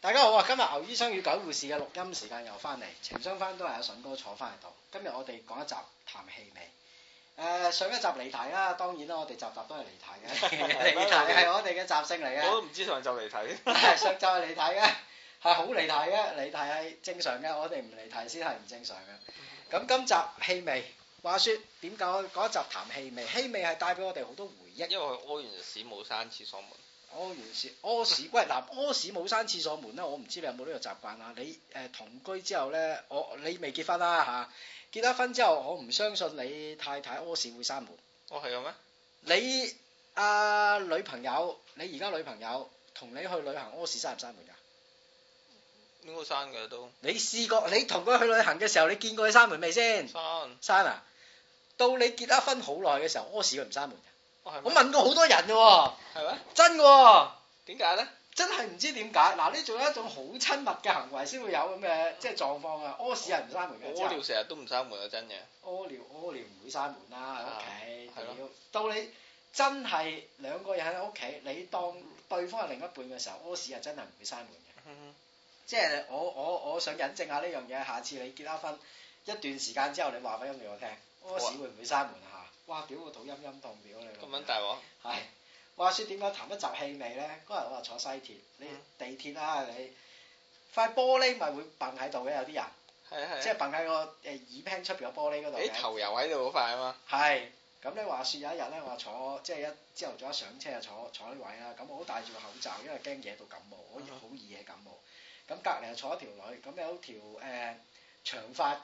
大家好啊！今日牛醫生與狗護士嘅錄音時間又翻嚟，情商翻都係阿筍哥坐翻喺度。今日我哋講一集談氣味。誒、上一集離題啦，當然啦，我哋集集都係離題嘅，離題係我哋嘅習性嚟我嘅。都唔知上就嚟睇。 上集係離題嘅，係好離題嘅，離題係正常嘅，我哋唔離題先係唔正常嘅。咁今集氣味，話說點解我嗰一集談氣味？氣味係帶俾我哋好多回憶。因為佢屙完屎冇閂廁所門，屙完屎屙屎喂嗱屙屎冇閂廁所門咧，我唔知你有冇呢個習慣啊？你誒、呃同居之後咧，我你未結婚啦嚇、結咗婚之後，我唔相信你太太屙屎會閂門。哦係嘅咩？你啊、女朋友，你而家女朋友同你去旅行屙屎閂唔閂門㗎？應該閂嘅都你試過你同佢去旅行嘅時候，你見過佢閂門未先？閂。哦閂啊！到你結咗婚好耐嘅時候，屙屎佢唔閂門㗎。哦係我咩？問過好多人嘅喎，係咩？真嘅喎。點解咧？真係唔知點解，嗱呢仲有一種好親密嘅行為先會有咁嘅即係狀況啊！屙屎係唔閂門嘅，屙尿成日都唔閂門啊！真嘅。屙尿屙尿唔會閂門啦，喺屋企啊係咯屌到你真係兩個人喺屋企，你當嗯對方係另一半嘅時候，屙屎係真係唔會閂門嘅。嗯即係我我我想引證下呢樣嘢，下次你結咗婚一段時間之後，你話俾我聽，屙屎會唔會閂門啊？哇！屌個肚陰陰痛，屌你老咁母樣大鑊，係，話説點解談一集氣味咧？嗰日我話坐西鐵，你嗯地鐵啦、你塊玻璃咪會崩喺度嘅，有啲人係係。即係崩喺個誒耳柄出邊個玻璃嗰度你嘅。頭油喺度好快啊嘛，係，咁咧話説有一日咧，我話坐即係一朝頭早一上車就坐坐呢位啦，咁我好戴住個口罩，因為驚惹到感冒，我嗯哼好易惹感冒。咁隔離又坐一條女，咁有條誒、呃、長髮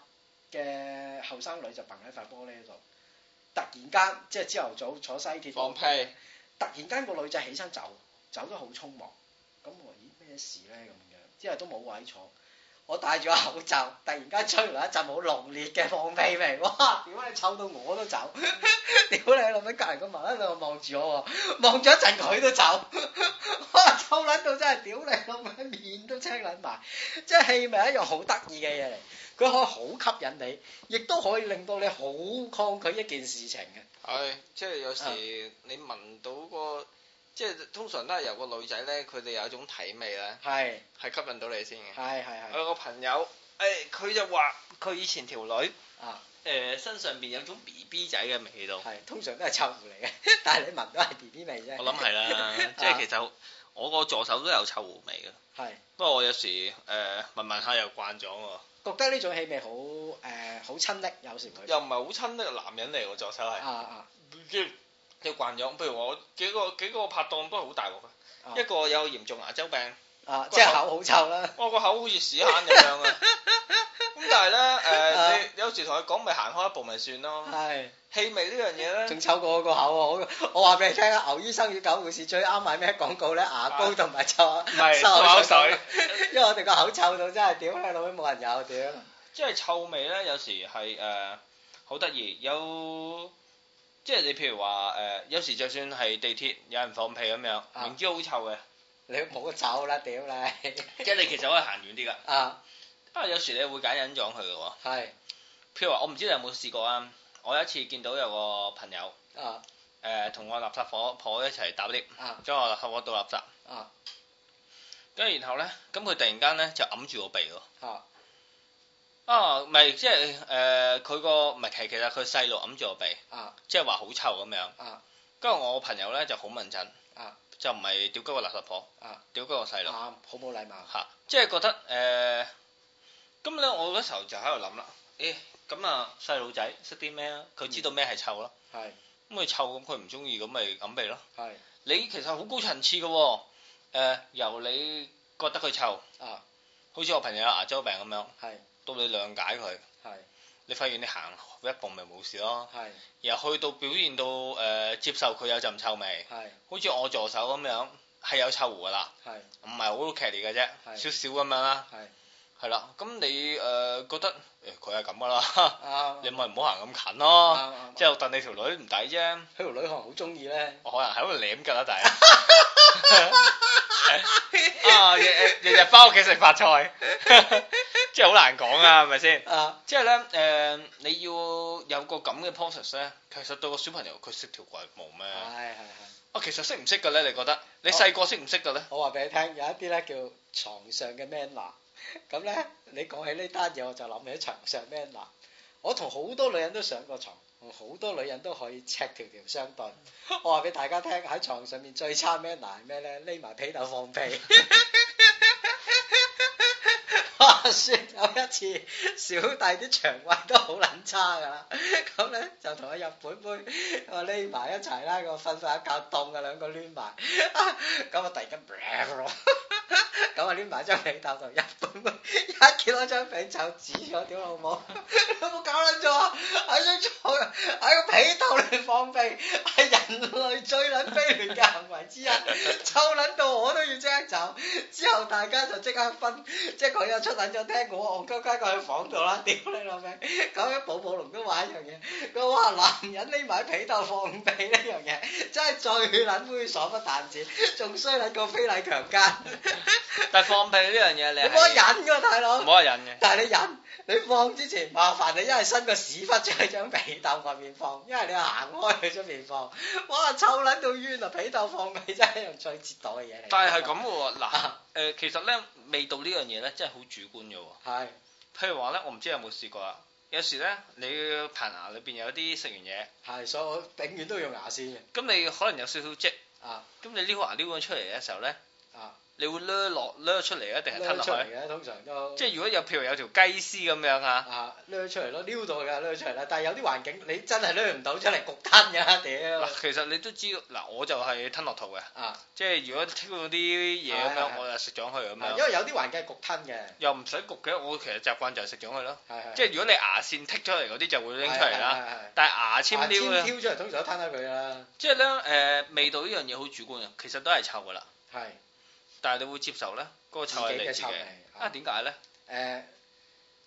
嘅後生女就崩喺塊玻璃度，突然間即係朝頭早坐西鐵放屁，突然間個女仔起身走，走得好匆忙。咁我話咦咩事咧咁樣，之後都冇位坐。我戴住個口罩，突然間吹嚟一陣好濃烈嘅放屁味，哇！屌你臭到我都走， 屌你老味隔離個麻甩佬望住我喎，望咗一陣佢都走，哇！臭撚到真係屌你老味面都青撚埋，即係氣味係一樣好得意嘅嘢嚟，佢可以好吸引你，亦都可以令到你好抗拒一件事情嘅。係啊即係有時你聞到個，即係通常都係由個女仔咧，佢哋有一種體味咧，係係吸引到你先嘅。係係係我。有個朋友，誒佢就話佢以前條女啊誒身上邊有種 B B 仔嘅味道。係，通常都係臭狐嚟嘅， 但係你聞到係 B B 味啫。我諗係啦，即係其實我個助手都有臭狐味嘅。係不過我有時誒、呃、聞聞下又慣咗喎，覺得呢種氣味好誒好親暱，有時佢又唔係好親的男人嚟喎，助手啊係，啊即係即係慣咗。譬如我幾個幾個拍檔都係好大鑊嘅，啊一個有嚴重牙周病，啊，即係口好臭啦。我個口好似屎坑咁樣 啊！咁但係啊咧誒，你有時同佢講咪行開一步咪算咯。係，氣味呢樣嘢咧，仲臭過我個口啊！ 我我話俾你聽啊，牛醫生與狗護士最啱買咩廣告咧？牙膏同埋臭唔係收口漱口水， 因為我哋個口臭到真係屌你老味冇人有屌。即係臭味咧，有時係誒好得意，有即係你譬如話誒、呃有時就算係地鐵有人放屁咁樣，啊明知好臭嘅，你冇得臭啦，屌你！即係你其實可以行遠啲噶。啊，啊，有時你會揀隱藏佢嘅喎。係譬如話，我唔知你有冇試過啊。我有一次見到有個朋友，誒、呃啊同我垃圾婆婆一齊搭 lift，啊將我垃圾婆倒垃圾。啊跟住然後咧，咁佢突然間咧就揞住我鼻喎。啊啊，唔係即係誒，呃佢個唔係其其實佢細路揞住我鼻，啊即係話好臭咁樣。啊跟住我朋友咧就好敏陣，啊就唔係屌鳩個垃圾婆，啊屌鳩個細啱，路好冇禮貌。嚇，即係覺得誒，呃咁、咧我嗰時候就喺度諗啦，咦、咁啊細路仔識啲咩啊？佢知道咩係臭咯。係咁佢臭咁佢唔中意咁咪揞鼻咯。係你其實好高層次嘅喎、誒由你覺得佢臭，啊好似我朋友有牙周病咁樣，係到你諒解佢，係你發現你行一步咪冇事咯，係然後去到表現到誒、呃接受佢有陣臭味，係好似我助手咁樣係有臭狐噶啦，係。唔係好劇烈嘅啫，係少少咁樣啦，係係啦，咁你誒、呃、覺得誒佢係咁噶 啦，啊，你咪唔好行咁近啱咯，啱即係我戥你條女唔抵啫。佢條女可能好中意咧，我可能喺度舐㗎啦，但係 啊，日日日日翻屋企食白菜， 即係好難講啊，係咪先？啊即係咧，誒、你要有個咁嘅 process 咧，其實對個小朋友佢識條鬼毛咩？係係係啊，哦啊，其實識唔識嘅咧？你覺得你細個識唔識嘅咧？我話俾你聽，有一啲咧叫床上嘅 manner。咁 咧，你講起呢單嘢，我就諗起床上 manner。我同好多女人都上過床，同好多女人都可以赤條條相對。我話俾大家聽，喺床上面最差 manner 係咩咧？匿埋被竇放屁。話説有一次，小弟啲腸胃都好撚差㗎啦，咁咧就同個日本妹我匿埋一齊啦，我瞓瞓一覺凍啊，兩個攣埋，咁啊突然間 咁啊攣埋張被竇度，日本妹一見到張被就指咗，屌老母，你有冇搞撚咗啊？喺張床喺個被竇裏放屁，係人類最撚卑劣嘅行為之一，臭撚到我都要即刻走，之後大家就即刻分。即係佢又出撚咗聽我，戇鳩鳩過去房度啦，屌你老味！咁樣寶寶龍都話一樣嘢，佢話男人匿埋喺被竇放屁呢樣嘢，真係最撚猥瑣不但止，仲衰撚過非禮強姦。 但係放屁呢樣嘢你你冇得係忍㗎，大佬冇。得忍嘅。但係你忍，你放之前麻煩你一係伸個屎忽出去張被竇外面放，一係你行開去出面放。哇！臭撚到冤啊！被竇放屁真係一樣最折墮嘅嘢嚟。但係係咁嘅喎，嗱啊誒，其實咧味道呢樣嘢咧真係好主觀嘅喎。係譬如話咧，我唔知有冇試過啦。有時咧，你棚牙裏邊有啲食完嘢，係，所以我永遠都用牙線嘅。咁你可能有少少積，啊咁你撩牙撩咗出嚟嘅時候咧，啊你會掠落掠出嚟啊，定係吞掠落出去？嚟嘅，通常都即係如果有譬如有條雞絲咁樣啊，啊掠出嚟咯，撩到㗎掠出嚟啦。但係有啲環境你真係掠唔到出嚟，焗吞㗎啦，屌嗱，其實你都知道，嗱，我就係吞落肚嘅，啊！即係如果挑到啲嘢咁係係樣，係我就食咗佢咁啊樣，因為有啲環境係焗吞嘅，又唔使焗嘅。我其實習慣就係食咗佢咯。係係即係如果你牙線剔出嚟嗰啲就會拎出嚟啦，，但係牙係係係係籤撩牙籤咧，啊挑出嚟通常都吞咗佢㗎啦，即係咧誒味道呢樣嘢好主觀嘅，其實都係臭噶啦，係但係你會接受咧，嗰個自臭己係你嘅自己臭味啊？啊點解咧？誒。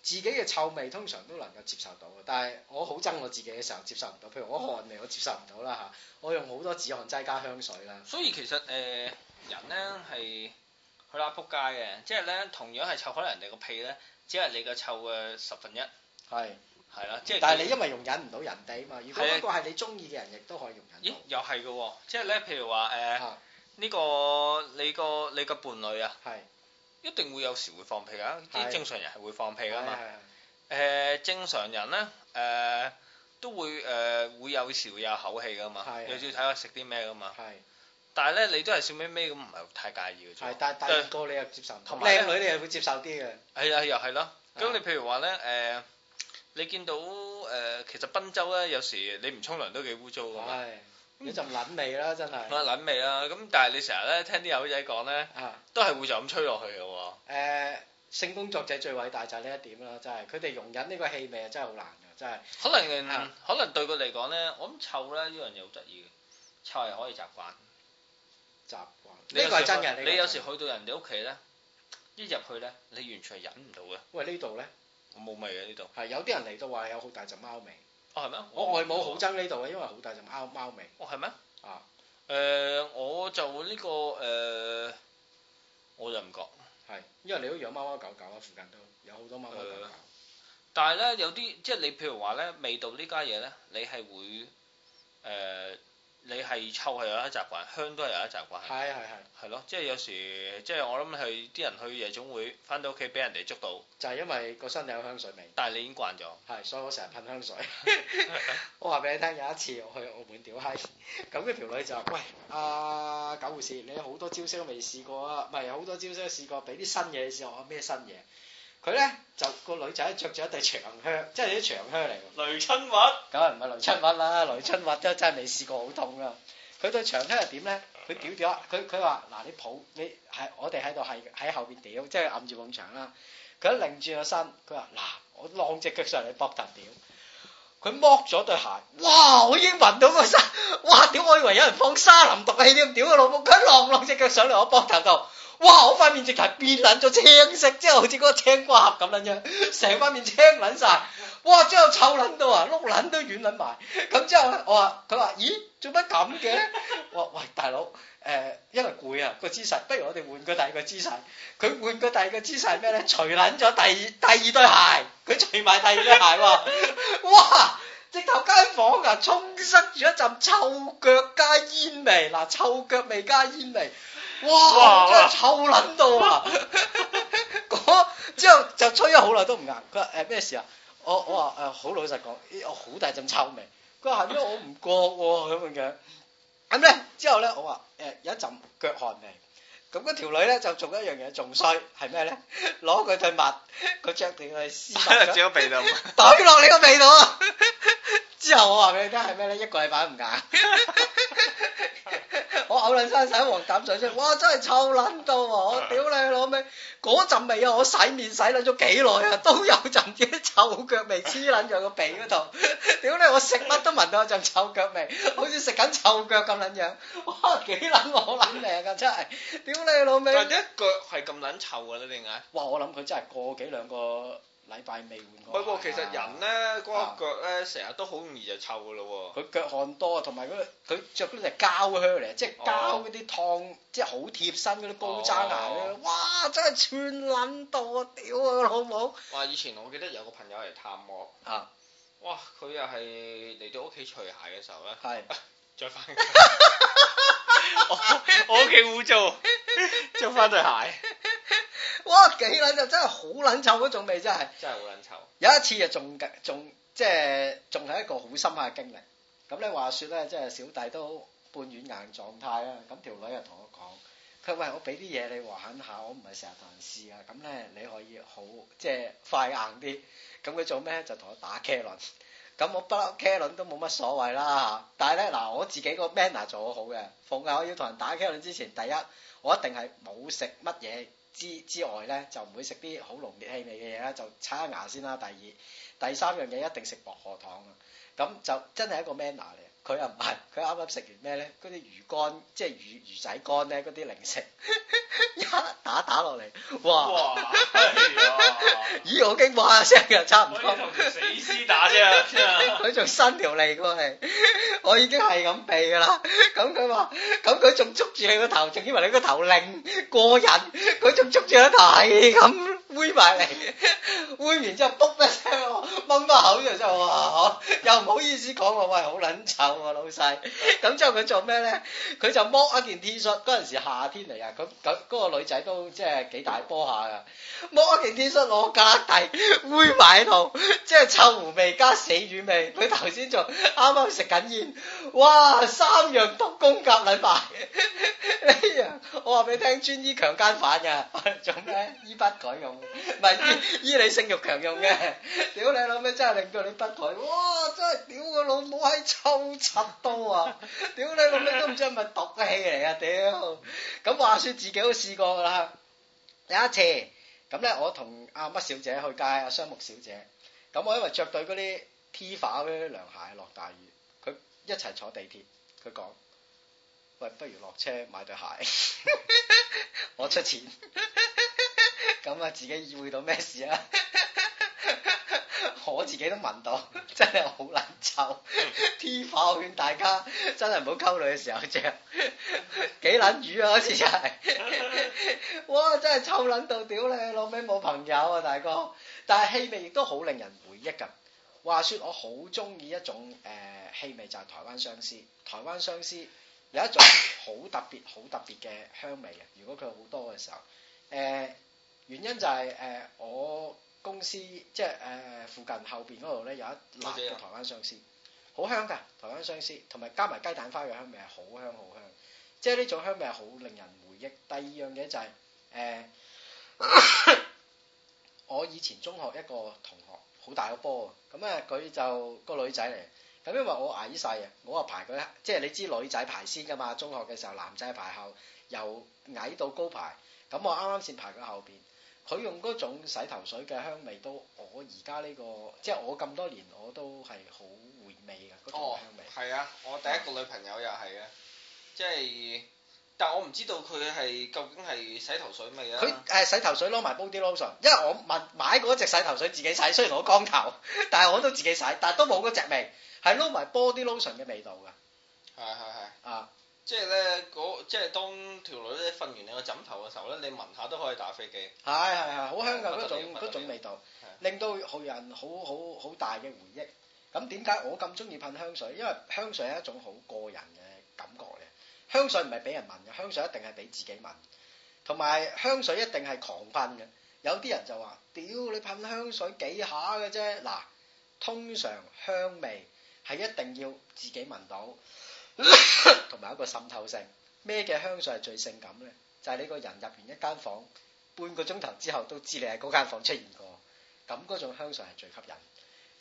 自己嘅臭味通常都能夠接受到嘅，但係我好憎我自己嘅時候接受唔到，譬如我汗味我接受唔到啦嚇，我用好多止汗劑加香水啦，所以其實誒、呃人咧係好啦撲街嘅，即係咧同樣係臭，可能人哋個屁咧只係你個臭嘅十分一，係，係啦，即係但係你因為容忍唔到人哋嘛，如果係啊嗰個係你中意嘅人，亦都可以容忍咦到。又係嘅喎，即係咧譬如話誒啊呢個你個你個伴侶啊，係一定會有時會放屁㗎，啲係正常人係會放屁係㗎嘛。係誒、正常人咧，誒、都會誒、會有時會有口氣噶嘛，係又要睇下食啲咩噶嘛。係。但係咧，你都係笑眯眯咁，唔係太介意嘅啫係，。但係第二個你又接受唔到，同埋呢靚女你又會接受啲嘅，係啊，又係咯。咁啊你譬如話咧，誒、你見到誒、其實賓州咧，有時你唔沖涼都幾污糟噶嘛，係有陣撚味啦，真咁啊係撚味啦。咁但係你成日咧聽啲友仔講咧，啊都係會就咁吹落去嘅喎。誒，性工作者最偉大就係呢一點啦，真係佢哋容忍呢個氣味啊，真係好難㗎，真係可能、啊可能對佢嚟講咧，我諗臭咧呢樣嘢好得意嘅，臭係可以習慣。習慣。呢個係真嘅，呢個係真嘅你有時去到人哋屋企咧，一入去咧，你完全係忍唔到嘅。喂呢度咧我冇味嘅呢度。係有啲人嚟到話有好大陣貓味，哦，係咩？我外母好。憎呢度啊嘅，因為好大陣貓貓味。哦，係咩？啊。誒、我就呢、個誒、我就唔覺。係，因為你都養貓貓狗狗啊，附近都有好多貓貓狗狗。但係咧，有啲即係你譬如話咧，味道呢家嘢咧，你係會誒、你係臭係有得習慣，香都係有得習慣，係係係，係咯。即係有時即係我諗係啲人去夜總會，翻到屋企俾人哋捉到，就係因為個身體有香水味。但係你已經慣咗。係，所以我成日噴香水。 我話俾你聽，有一次我去澳門屌閪，咁嗰條女就話：喂，阿、九護士，你好多招式都未試過啊，唔係好多招式都試過，俾啲新嘢你試下。我話咩新嘢？佢咧就個女仔着住一對長靴，即係啲長靴嚟喎。雷親物。梗係唔係雷春屈啦，雷春屈都真係未試過，好痛啊！佢對長靴係點咧？佢屌屌啊，佢佢話：嗱，你抱你係我哋喺度係喺後邊屌，即係揞住埲牆啦。佢一擰轉個身，佢話：嗱，我晾只腳上嚟膊頭屌。佢剝咗對鞋，哇！我已經聞到個沙， 哇！屌，我以為有人放沙林毒氣添，屌個老母！佢一晾晾只腳上嚟我膊頭度，哇！我塊面直頭變撚咗青色，即係好似嗰個青瓜盒咁撚樣，成塊面青撚晒。哇！之後臭撚到啊，碌撚都軟撚埋。咁之後咧，我話佢話：咦，做乜咁嘅？我話：喂，大佬，誒、因為攰啊個姿勢，不如我哋換個第二個姿勢。佢換個第二個姿勢係咩咧？除撚咗第二第二對鞋，佢除埋第二對鞋喎。哇！直頭間房啊，充塞住一陣臭腳加煙味，嗱臭腳味加煙味，哇！哇真係臭撚到啊！嗰之後就吹咗好耐都唔硬，佢話誒咩事啊？我我話誒好老實講，咦我好大陣臭味。佢話係咩？我唔覺喎咁樣樣。咁咧之後咧，我話誒、有一陣腳汗味。咁嗰條女咧就做一樣嘢仲衰，係咩咧？攞佢對襪，佢着住佢絲襪 只鼻度，袋落你個鼻度啊！ 之後我話俾你聽係咩咧？一個禮拜唔硬， 我嘔撚身洗黃膽水出嚟，哇！真係臭撚到啊！我屌你老味，嗰陣味啊！我洗面洗撚咗幾耐啊， 都有陣啲臭腳味黐撚咗個鼻嗰度。 屌你！我食乜都聞到有陣臭腳味，好似食緊臭腳咁撚樣。 哇！幾撚我撚命啊！真係，屌你老味 但！係一腳係咁撚臭啊嘅咧，點解？哇！我諗佢真係個幾兩個禮拜未換唔過。係喎，其實人咧嗰個腳咧，成日都好容易就臭嘅咯佢腳汗多啊，同埋佢佢著嗰啲係膠靴嚟，即係膠嗰啲燙，即係好貼身嗰啲高踭鞋咧哦，哇！真係串撚到啊！屌啊老母！喎。哇！以前我記得有個朋友嚟探我，啊，哇！佢又係嚟到屋企除鞋嘅時候咧，係着 翻。我我屋企污糟，着翻對鞋，哇幾撚就真係好撚臭嗰種味，真係真係好撚臭。有一次啊，仲緊仲即係仲係一個好深刻嘅經歷。咁咧話説咧，即係小弟都半軟硬狀態啦。咁條女又同我講，佢話喂我俾啲嘢你玩下，我唔係成日同人試啊。咁咧你可以好即係快硬啲。咁佢做咩咧？就同我打茄輪。咁我不嬲茄輪都冇乜所謂啦。但係咧嗱，我自己個 manner 做好好嘅。逢係我要同人打茄輪之前，第一我一定係冇食乜嘢。之之外咧，就唔會食啲好濃烈氣味嘅嘢啦，就刷下牙先啦。第二、第三樣嘢一定食薄荷糖啦。咁就真係一個 manner 嚟，佢又唔係，佢啱啱食完咩咧？嗰啲魚乾，即係魚魚仔乾咧，嗰啲零食 一打打落嚟，哇！哎咦，我驚哇聲又差唔多。條死屍 打啫，佢仲伸條脷過嚟，我已經係咁避㗎啦。咁佢話，咁佢仲捉住你個頭，仲以為你個頭擰過癮，佢仲捉住個頭係咁煨埋嚟，煨完之後卜一聲，我掹翻口出嚟就哇，又唔好意思講我喂好撚臭啊老細。咁之後佢做咩咧？佢就剝一件 T 恤，嗰陣時夏天嚟啊，咁咁嗰個女仔都即係幾大波下㗎。剝一件 T 恤攞架底，煨埋喺度， 即係臭狐味加死魚味。佢頭先仲啱啱食緊煙，哇！三樣毒公夾撚埋呢樣，我話俾你聽，專醫強奸犯㗎， 做咩醫不改用？唔係醫醫你性慾強用嘅。屌你老味，真係令到你不改，哇！真係屌個老母喺臭柒到啊！屌你老味都唔知係咪毒氣嚟啊！屌，咁話説自己都試過㗎啦，有一次。咁咧，我同阿乜小姐去街，阿雙木小姐。咁我因為着對嗰啲 T 化嗰啲涼鞋，落大雨，佢一齊坐地鐵，佢講：喂，不如落車買對鞋， 我出錢。咁啊，自己意會到咩事啊？ 我自己都聞到，真係好撚臭。T 化我勸大家真係唔好溝女嘅時候着，幾撚魚啊！嗰次真係。哇！真係臭撚到屌你，老尾冇朋友啊，大哥！但係氣味亦都好令人回憶㗎。話說我好中意一種誒、呃、氣味，就係台灣相思。台灣相思有一種好特別、好特別嘅香味嘅。如果佢好多嘅時候，誒、呃、原因就係、誒、呃、我公司即係誒、呃附近後邊嗰度咧有一辣嘅台灣相思，好香㗎。台灣相思同埋加埋雞蛋花嘅香味係好香好香，即係呢種香味係好令人回憶。第二樣嘢就係、呃誒、我以前中學一個同學好大個波啊，咁啊佢就個女仔嚟，咁因為我矮細啊，我啊排佢，即係你知女仔排先噶嘛，中學嘅時候男仔排後，由矮到高排，咁我啱啱先排佢後邊。佢用嗰種洗頭水嘅香味都，我而家呢個即係我咁多年我都係好回味嘅嗰種哦香味。，係啊，我第一個女朋友又係啊，即係，但我唔知道佢係究竟係洗頭水味啊。佢誒洗頭水攞埋 body lotion，因為我買買嗰隻洗頭水自己洗，雖然我光頭，但係我都自己洗，但係都冇嗰隻味，係撈埋 body lotion 嘅味道㗎。係係係。啊！即係咧，嗰即係當條女咧瞓完你個枕頭嘅時候咧，你聞下都可以打飛機。係係係，好香不㗎得啊嗰了種不得嗰了種味道係，令到後人好好好大嘅回憶。咁點解我咁中意噴香水？因為香水係一種好個人嘅感覺嚟。香水唔係俾人聞嘅，香水一定係俾自己聞。同埋香水一定係狂噴嘅。有啲人就話：屌你噴香水幾下嘅啫。嗱，通常香味係一定要自己聞 到，同埋一個滲透性。咩嘅香水係最性感呢？就係、你個人入完一間房，半個鐘頭之後都知你喺嗰間房出現過，咁嗰種香水係最吸引。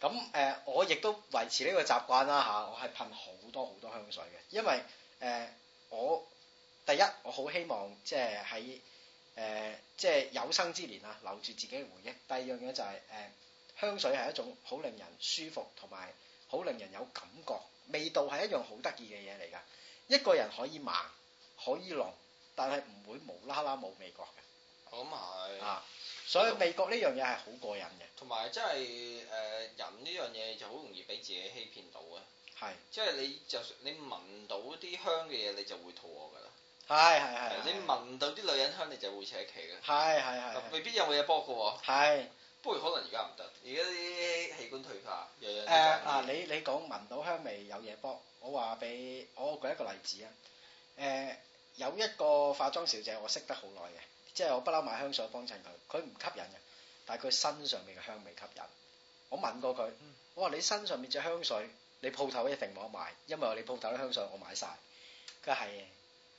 咁誒、呃我亦都維持呢個習慣啦嚇，我係噴好多好多香水嘅，因為誒、呃我第一我好希望即係喺誒即係有生之年啊，留住自己嘅回憶。第二樣嘢就係、誒、香水係一種好令人舒服同埋好令人有感覺，味道係一樣好得意嘅嘢嚟㗎。一個人可以盲可以聾，但係唔會無啦啦冇味覺嘅。咁係。啊，所以味覺呢樣嘢係好過癮嘅，同埋真係誒、人呢樣嘢就好容易俾自己欺騙到嘅，係即係你就算你聞到啲香嘅嘢，你就會肚餓㗎啦。係係係。你聞到啲女人香，你就會扯旗嘅。係係係未必有嘢幫嘅喎，係不過可能而家唔得，而家啲器官退化，樣樣誒啊都嗱，爭啲你你講聞到香味有嘢幫，我話俾我舉一個例子啊。誒、有一個化妝小姐，我識得好耐嘅，即係我不嬲買香水幫襯佢，佢唔吸引嘅，但係佢身上面嘅香味吸引。我問過佢，我話你身上面隻香水，你鋪頭一定冇得賣，因為你鋪頭啲香水我買晒。佢係，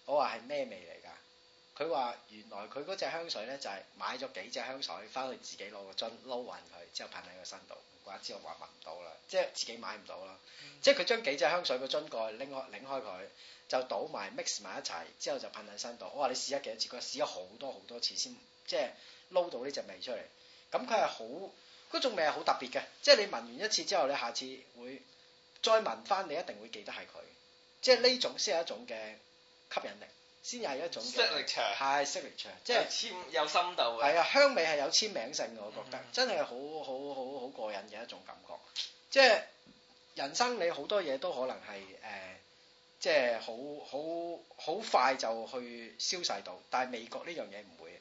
我話係咩味嚟㗎？佢話原來佢嗰隻香水咧就係、買咗幾隻香水，翻去自己攞個樽撈勻佢，之後噴喺個身度。怪之我話聞唔到啦，即係自己買唔到啦。即係佢將幾隻香水個樽蓋拎開拎開佢，就倒埋 mix 埋一齊，之後就噴喺身度。我話你試咗幾多次？佢話試咗好多好多次先，即係撈到呢隻味出嚟。咁佢係好嗰種味係好特別嘅，即係你聞完一次之後，你下次會再聞翻，你一定會記得係佢。即係呢種先係一種嘅吸引力，先係一種嘅 signature 係 signature，即即係係簽有深度嘅。係啊，香味係有簽名性嘅，我覺得、嗯真係好好好好過癮嘅一種感覺。即係人生你好多嘢都可能係誒、呃即係好好好快就去消逝到，但係味覺呢樣嘢唔會，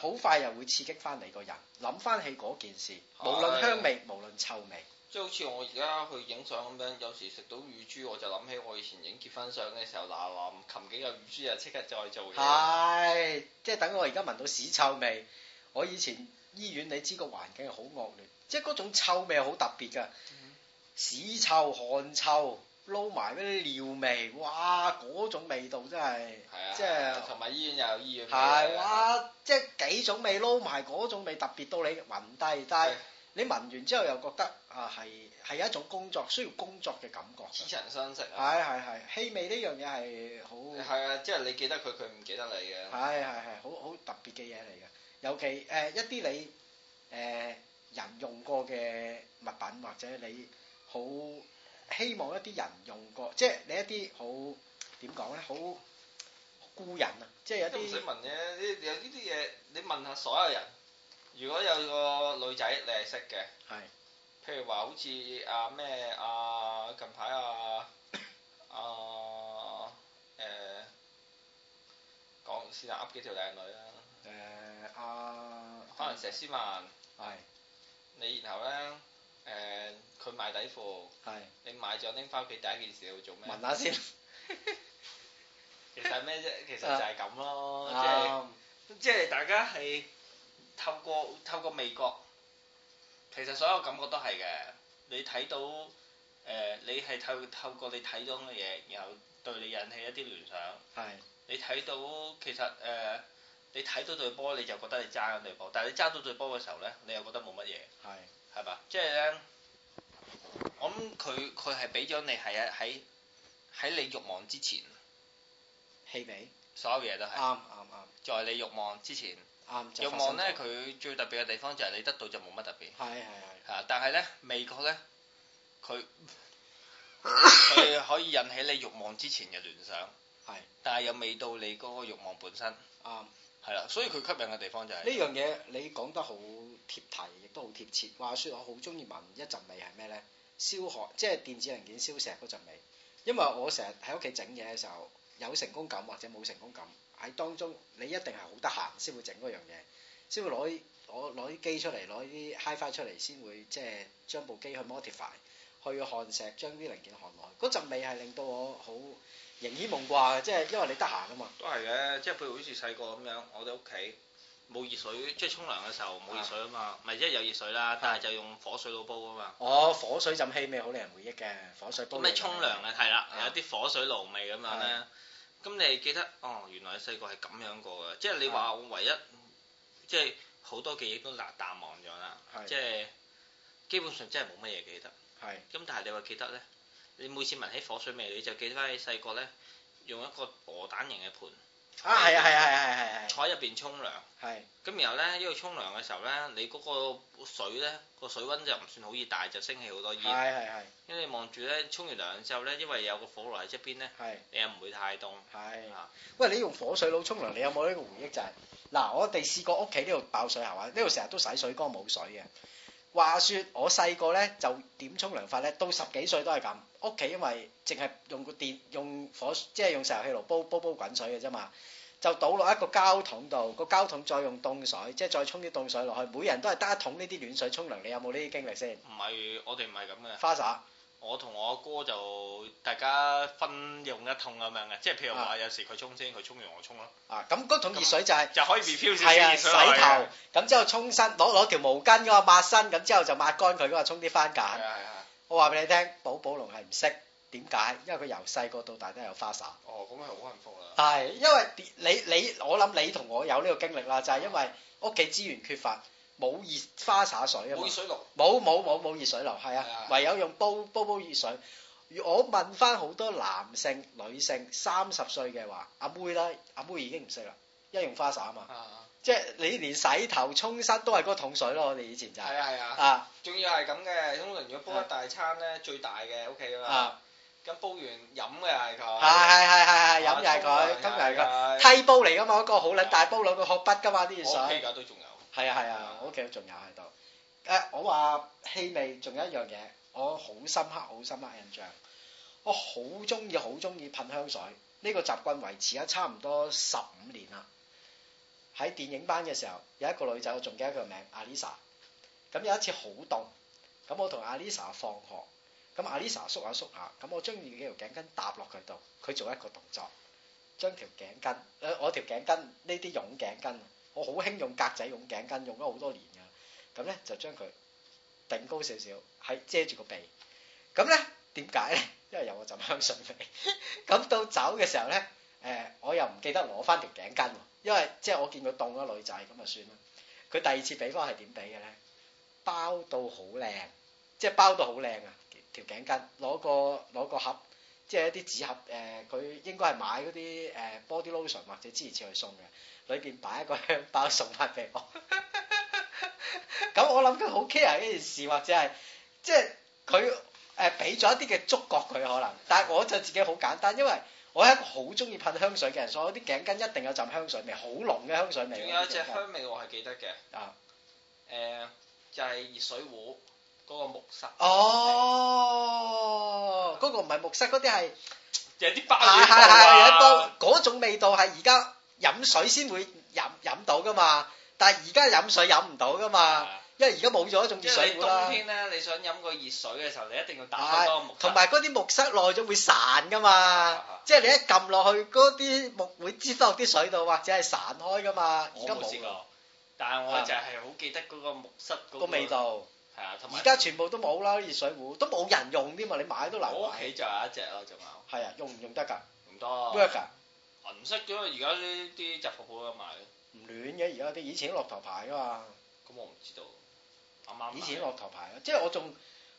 好快又會刺激翻你個人，諗翻起嗰件事，無論香味，無論臭味。即係好似我而家去影相咁樣，有時食到乳豬我就諗起我以前影結婚相嘅時候，嗱嗱擒幾個乳豬啊，即刻再做嘢。係，即係等我而家聞到屎臭味。我以前醫院你知個環境係好惡劣，即係嗰種臭味好特別㗎，屎臭、汗臭，撈埋嗰啲尿味，哇！嗰種味道真係，係啊，即係同埋醫院又有醫院味啊。係哇！即係幾種味撈埋，嗰種味特別到你暈低，但係係你聞完之後又覺得啊係係一種工作需要工作嘅感覺似㗎。曾相識啊！係係係，氣味呢樣嘢係好。係啊，即係你記得佢，佢唔記得你嘅。係係係，好好特別嘅嘢嚟嘅。尤其誒、呃一啲你誒、呃人用過嘅物品，或者你好希望一啲人用過，即係你一啲好點講咧，好故人啊，即係有都唔啲使問嘅，呢有呢啲嘢你問下所有人。如果有個女仔你係識嘅，係譬如話好似啊咩啊近排啊 啊誒講先啊，噏幾條靚女啦，誒呃啊，可能石思曼，係你然後咧誒佢買底褲，係你買咗拎翻屋企第一件事你會做咩？聞下先，其實係咩啫？其實就係咁咯，即係。啱即係大家係透過透過味覺，其實所有感覺都係嘅。你睇到誒、呃你係透透過你睇到嘅嘢，然後對你引起一啲聯想。係你睇到其實誒、呃你睇到對波你就覺得你揸緊對波，但係你揸到對波嘅時候咧，你又覺得冇乜嘢，係係嘛？即係咧，我諗佢佢係俾咗你係啊喺喺你慾望之前，氣味，所有嘢都啱係啱啱在你慾望之前。啱就欲發望生咧，咗佢最特別嘅地方就係你得到就冇乜特別係係係嚇、啊但係咧美國咧， 佢佢可以引起你欲望之前嘅聯想，係但係又未到你嗰個慾望本身，啱。係啦，所以佢吸引嘅地方就係、呢樣嘢你講得好貼題，亦都好貼切。話說我好中意聞一陣味係咩呢？燒殼即係電子零件燒石嗰陣味，因為我成日喺屋企整嘢嘅時候有成功感或者冇成功感，喺當中你一定係好得閒先會整嗰樣嘢，先會攞攞攞啲機出嚟，攞啲 HiFi 出嚟先會即係將部機去 modify，去焊石，將啲零件焊落去。嗰陣味係令到我好凝煙夢掛嘅，即係因為你得閒啊嘛。都係嘅，即係譬如好似細個咁樣，我哋屋企冇熱水，即係沖涼嘅時候冇熱水啊嘛，咪即係有熱水啦，但係就用火水爐煲啊嘛。哦，火水浸氣味好令人回憶嘅，火水煲咁你嘢沖涼啊，係啦，啊有啲火水爐味咁樣咧。咁你記得哦，原來你細個係咁樣過嘅，即啊係你話我唯一即係好多記憶都嗱淡忘咗啦，係即係基本上真係冇乜嘢記得。係咁但係你話記得咧，你每次聞起火水味，你就記得翻你細個咧用一個鵝蛋型嘅盤啊，係啊，係啊，係啊，係啊坐喺入邊沖涼。係係咁然後咧，因為沖涼嘅時候咧，你嗰個水咧個水温就唔算好熱，但係就升起好多係煙。係係因為你望住咧沖完涼之後咧，因為有個火爐喺側邊咧，係。你又唔會太凍。係啊，喂，你用火水爐沖涼，你有冇呢個回憶就係、嗱，我哋試過屋企呢度爆水喉啊，呢度成日都洗水缸冇水嘅。話說我細個咧就點沖涼法咧，到十幾歲都係咁。屋企因為淨係用個電用火，即係用石油氣爐煲煲煲滾水嘅啫嘛，就倒落一個膠桶度，個膠桶再用凍水，即係再沖啲凍水落去，每人都係得一桶呢啲暖水沖涼。你有冇呢啲經歷先？唔係我哋唔係咁嘅，花灑我同我阿哥就大家分用一桶咁樣嘅，即係譬如啊話有時佢沖先，佢沖完我沖咯，啊，咁嗰桶熱水就係、就可以 refill 少係少啊，熱洗水落去嘅。頭，咁之後沖身，攞攞條毛巾嗰個抹身，咁之後就抹乾佢嗰個沖啲番係啊梘。係啊，我話俾你聽，寶寶龍係唔識點解，因為佢由細個到大都有花灑。哦咁係好幸福啦。係，因為你你我諗你同我有呢個經歷啦，就係、因為屋企資源缺乏，冇熱花灑水啊嘛冇熱。水爐，冇冇冇冇熱水爐，係係啊啊，唯有用煲煲煲熱水。我問翻好多男性、女性，三十歲嘅話，阿妹啦，阿妹已經唔識啦，因為用花灑啊嘛。啊即係你連洗頭沖身都係嗰個桶水咯，我哋以前就係、係啊係啊，啊仲要係咁嘅，通常如果煲一大餐咧，最大嘅屋企啊嘛。啊，咁煲完飲嘅係係佢，啊係係係係飲又係啊佢，今日係佢，佢，梯煲嚟噶嘛，嗰、個好撚大煲兩個殼筆噶嘛啲熱我屋企水，而家都仲有，係啊係啊，我屋企都仲有喺度。誒、我話氣味仲有一樣嘢，我好深刻好深刻印象，我好中意好中意噴香水，呢、個習慣維持咗差唔多十五年啦。喺電影班嘅時候，有一個女仔，我仲記得佢個名 Alisa。咁有一次好凍，咁我同 Alisa 放學，咁 Alisa 縮下縮下，咁我將佢條頸巾搭落佢度，佢做一個動作，將條頸巾，呃我條頸巾呢啲絨頸巾，我好興用格仔絨頸巾，用咗好多年㗎。咁咧就將佢頂高少少，喺遮住個鼻。咁咧點解咧？因為有我陣香水味。咁到走嘅時候咧，誒、我又唔記得攞翻條頸巾喎，因為即係我見佢凍咗女仔，咁就算啦。佢第二次俾翻係點俾嘅咧？包到好靚，即係包到好靚啊！條頸巾攞個攞個盒，即係一啲紙盒誒，佢、應該係買嗰啲誒 body lotion 或者之前次去送嘅，裏邊擺一個 香包送翻俾我。 咁我諗佢好 care 呢件事，或者係即係佢誒俾咗一啲嘅觸覺佢可能，但係我就自己好簡單，因為我係一個好中意噴香水嘅人，所以我啲頸巾一定有陣香水味，好濃嘅香水味。仲有一隻啲頸巾香味我係記得嘅，啊誒就係熱水壺嗰個木塞，哦，嗰、個唔係木塞，嗰啲係有啲包係嘢係係有一包包嗰種味道係而家飲水先會飲飲到噶嘛，但係而家飲水飲唔到噶嘛，啊，因為而家冇咗一種即熱係水你壺啦冬。天咧，你想飲個熱水嘅時候，你一定要打開嗰個係木，塞同，埋嗰啲木塞耐咗會散噶嘛啊，即係你一撳落去嗰啲木會擠翻落啲水度，或者係散開噶嘛。而我家冇試冇啊過，但係我就係好記得嗰個木塞嗰個味，道，係啊，同而埋家全部都冇啦，熱水壺都冇人用添嘛，啊你買都難我屋買。企就有一隻咯，仲有係啊，用唔用得㗎唔多？work 㗎？銀色咗，而家呢啲雜貨鋪有得賣。唔亂嘅，而家啲以前都落頭牌噶嘛，咁我唔知道，啱啱買以前都落頭牌咯，啊即係我仲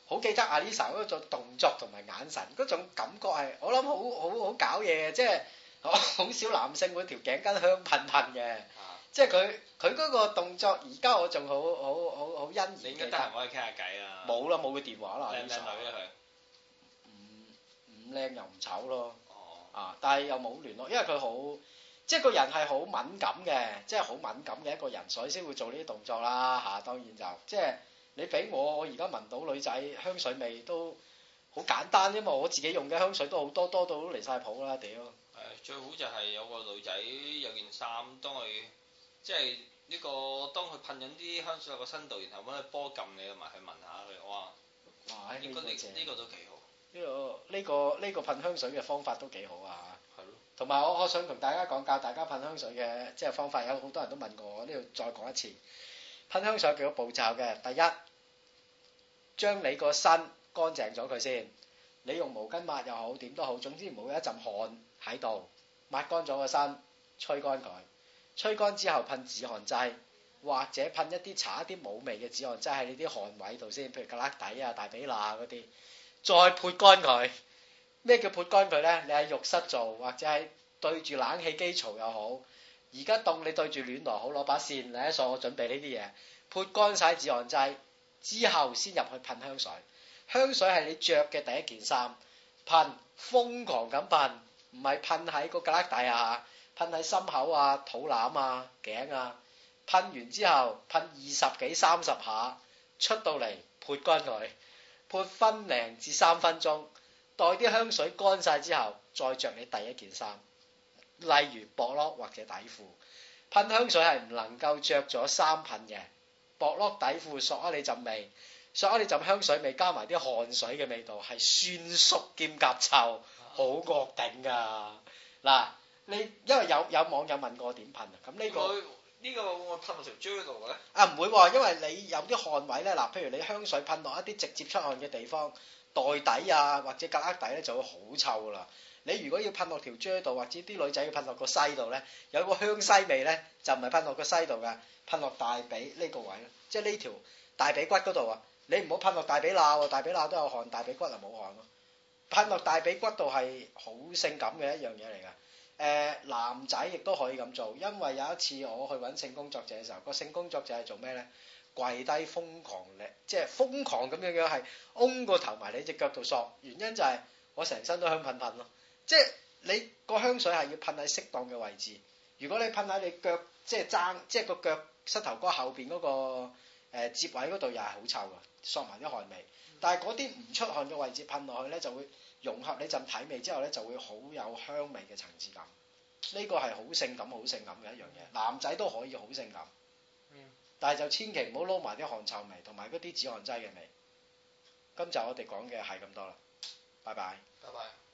好記得阿 Lisa 嗰種動作同埋眼神嗰種感覺係，我諗好好好搞嘢嘅，即係哦 好少男性會條頸巾香噴噴嘅，啊即係佢佢嗰個動作，而家我仲好好好好欣然你應記該得得閒可以傾下偈啊。冇啦，冇佢電話啦靚唔靚，Lisa 女啊佢？唔唔靚又唔醜咯。哦，啊，但係又冇聯絡，因為佢好，即係個人係好敏感嘅，即係好敏感嘅一個人，所以先會做呢啲動作啦嚇、當然就即係你俾我，我而家聞到女仔香水味都好簡單，因為我自己用嘅香水都好多，多到都離晒譜啦，屌！誒最好就係有個女仔有件衫，當佢即係呢個當佢噴緊啲香水落個身度，然後揾佢波撳你同埋去聞下佢，哇！哇！呢應該個呢正，呢個都幾好，呢個呢個呢個噴香水嘅方法都幾好啊！係咯，同埋我我想同大家講教大家噴香水嘅即係方法，有好多人都問過我，呢度再講一次。噴香水幾個步驟嘅，第一，將你個身乾淨咗佢先，你用毛巾抹又好，點都好，總之唔好有一陣汗喺度，抹乾咗個身，吹乾佢，吹乾之後噴止汗劑，或者噴一啲搽一啲冇味嘅止汗劑喺你啲汗位度先，譬如格拉底啊、大髀罅嗰啲，再潑乾佢。咩叫潑乾佢呢？你喺浴室做，或者喺對住冷氣機槽又好。而家凍你對住暖爐好，攞把扇嚟一掃，我準備呢啲嘢。潑乾晒止汗劑之後，先入去噴香水。香水係你着嘅第一件衫，噴瘋狂咁噴，唔係噴喺個格旯底啊，噴喺心口啊、肚腩啊、頸啊。噴完之後，噴二十幾三十下，出到嚟潑乾佢，潑分零至三分鐘。待啲香水乾晒之後，再着你第一件衫，例如薄褸或者底褲。噴香水係唔能夠着咗衫噴嘅，薄褸底褲索咗你陣味，索咗你陣香水味，加埋啲汗水嘅味道，係酸縮兼夾臭，好惡頂㗎。嗱，你因為有有網友問過我點噴啊，咁呢、個。會呢個會唔會噴落條蕉度嘅咧？啊唔會喎，因為你有啲汗位咧，嗱，譬如你香水噴落一啲直接出汗嘅地方，袋底啊或者格旯底咧就會好臭噶啦。你如果要噴落條遮度，或者啲女仔要噴落個西度咧，有個香西味咧，就唔係噴落個西度噶，噴落大髀呢個位咯，即係呢條大髀骨嗰度啊。你唔好噴落大髀罅喎，大髀罅都有汗，大髀骨就冇汗咯。噴落大髀骨度係好性感嘅一樣嘢嚟㗎。誒、呃男仔亦都可以咁做，因為有一次我去揾性工作者嘅時候，個性工作者係做咩呢？跪低瘋狂咧，即係瘋狂咁樣樣係嗡個頭埋你只腳度索，原因就係我成身都香噴噴咯。即係你個香水係要噴喺適當嘅位置，如果你噴喺你腳即係踭，即係個腳膝頭哥後邊嗰、個誒接位嗰度又係好臭噶，索埋啲汗味。但係嗰啲唔出汗嘅位置噴落去呢，就會融合你陣體味之後呢，就會好有香味嘅層次感。呢個係好性感、好性感嘅一樣嘢，男仔都可以好性感。嗯。但係就千祈唔好撈埋啲汗臭味同埋嗰啲止汗劑嘅味。今集我哋講嘅係咁多啦，拜拜。拜拜。